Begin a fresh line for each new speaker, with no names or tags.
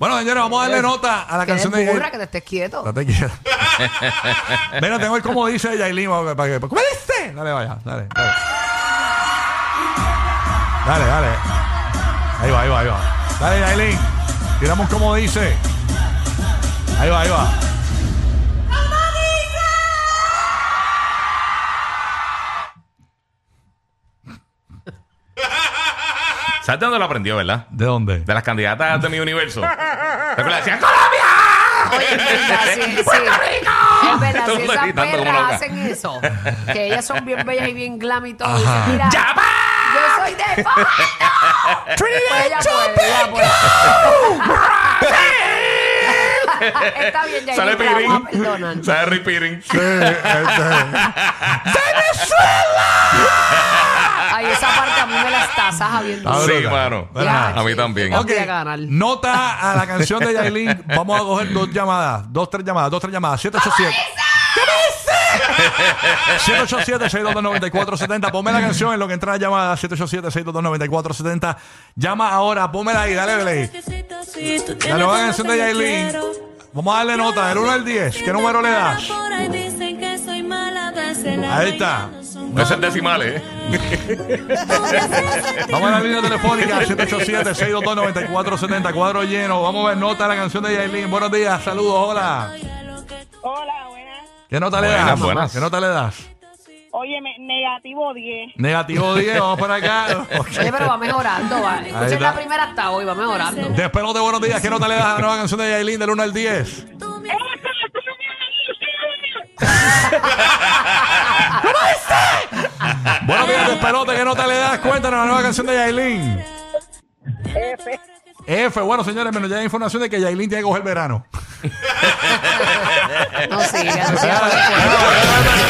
Bueno, señores, vamos a darle nota a la
Que
canción de
eres burra,
Yailin.
que te estés quieto.
No te quiero. Mira, tengo el como dice Yailin. vamos, Para que, ¿Cómo dice? Dale, vaya, dale, dale. Dale, dale. Ahí va, ahí va, ahí va. Dale, Yailin. Tiramos como dice. Ahí va, ahí va.
¿Sabes de dónde lo aprendió, verdad?
¿De dónde?
De las candidatas de mi universo. ¿Te acuerdas? Decían, ¡Colombia!
Oye, es verdad, sí, sí. Es verdad,
Todo el
si
mundo
esas
gritando como
perras
loca.
hacen eso, que ellas son bien bellas y bien glam y todo. y dicen, Mira,
¡Japón!
yo soy de Fajardo". Pues ella puede, ella puede. Está bien, ya
Sale
perdonan.
Piring. Sale Rick Piring.
Ay, esa parte a mí me las tasas Javier.
Ah,
Sí,
brutal.
mano.
Ajá.
A mí también.
Ok.
Ok,
voy a ganar.
Nota a la canción de Yailin. Vamos a coger dos llamadas. Dos, tres llamadas. Dos, tres llamadas. 787. ¿Qué me dice? 787-622-9470. Ponme la canción en lo que entra la llamada. 787-622-9470. Llama ahora. Pónmela ahí. Dale, Blake. La
La
nueva canción de Yailin. Vamos a darle nota. Del 1 al 10. ¿Qué número le das? Ahí
Ahí
está.
No es en decimales, ¿eh?
Vamos a la línea telefónica. 787-622-9470. Cuadro lleno. Vamos a ver nota a la canción de Yailin. Buenos días. Saludos. Hola.
Hola, buenas.
¿Qué nota le
Buenas,
das?
buenas.
¿Qué nota le das?
Óyeme, negativo 10.
Negativo 10, vamos por acá.
Oye, pero va mejorando, va. Escuchen
está.
la primera hasta hoy, va mejorando.
Despelote, buenos días. ¿Qué nota le das a la nueva canción de Yailin del 1 al 10? Buenos días, Despelote. ¿Qué nota le das? Cuéntanos la nueva canción de Yailin. F, bueno, señores, me nos llega información de que Yailin tiene que coger verano.
No, sí, ya, sí, ya.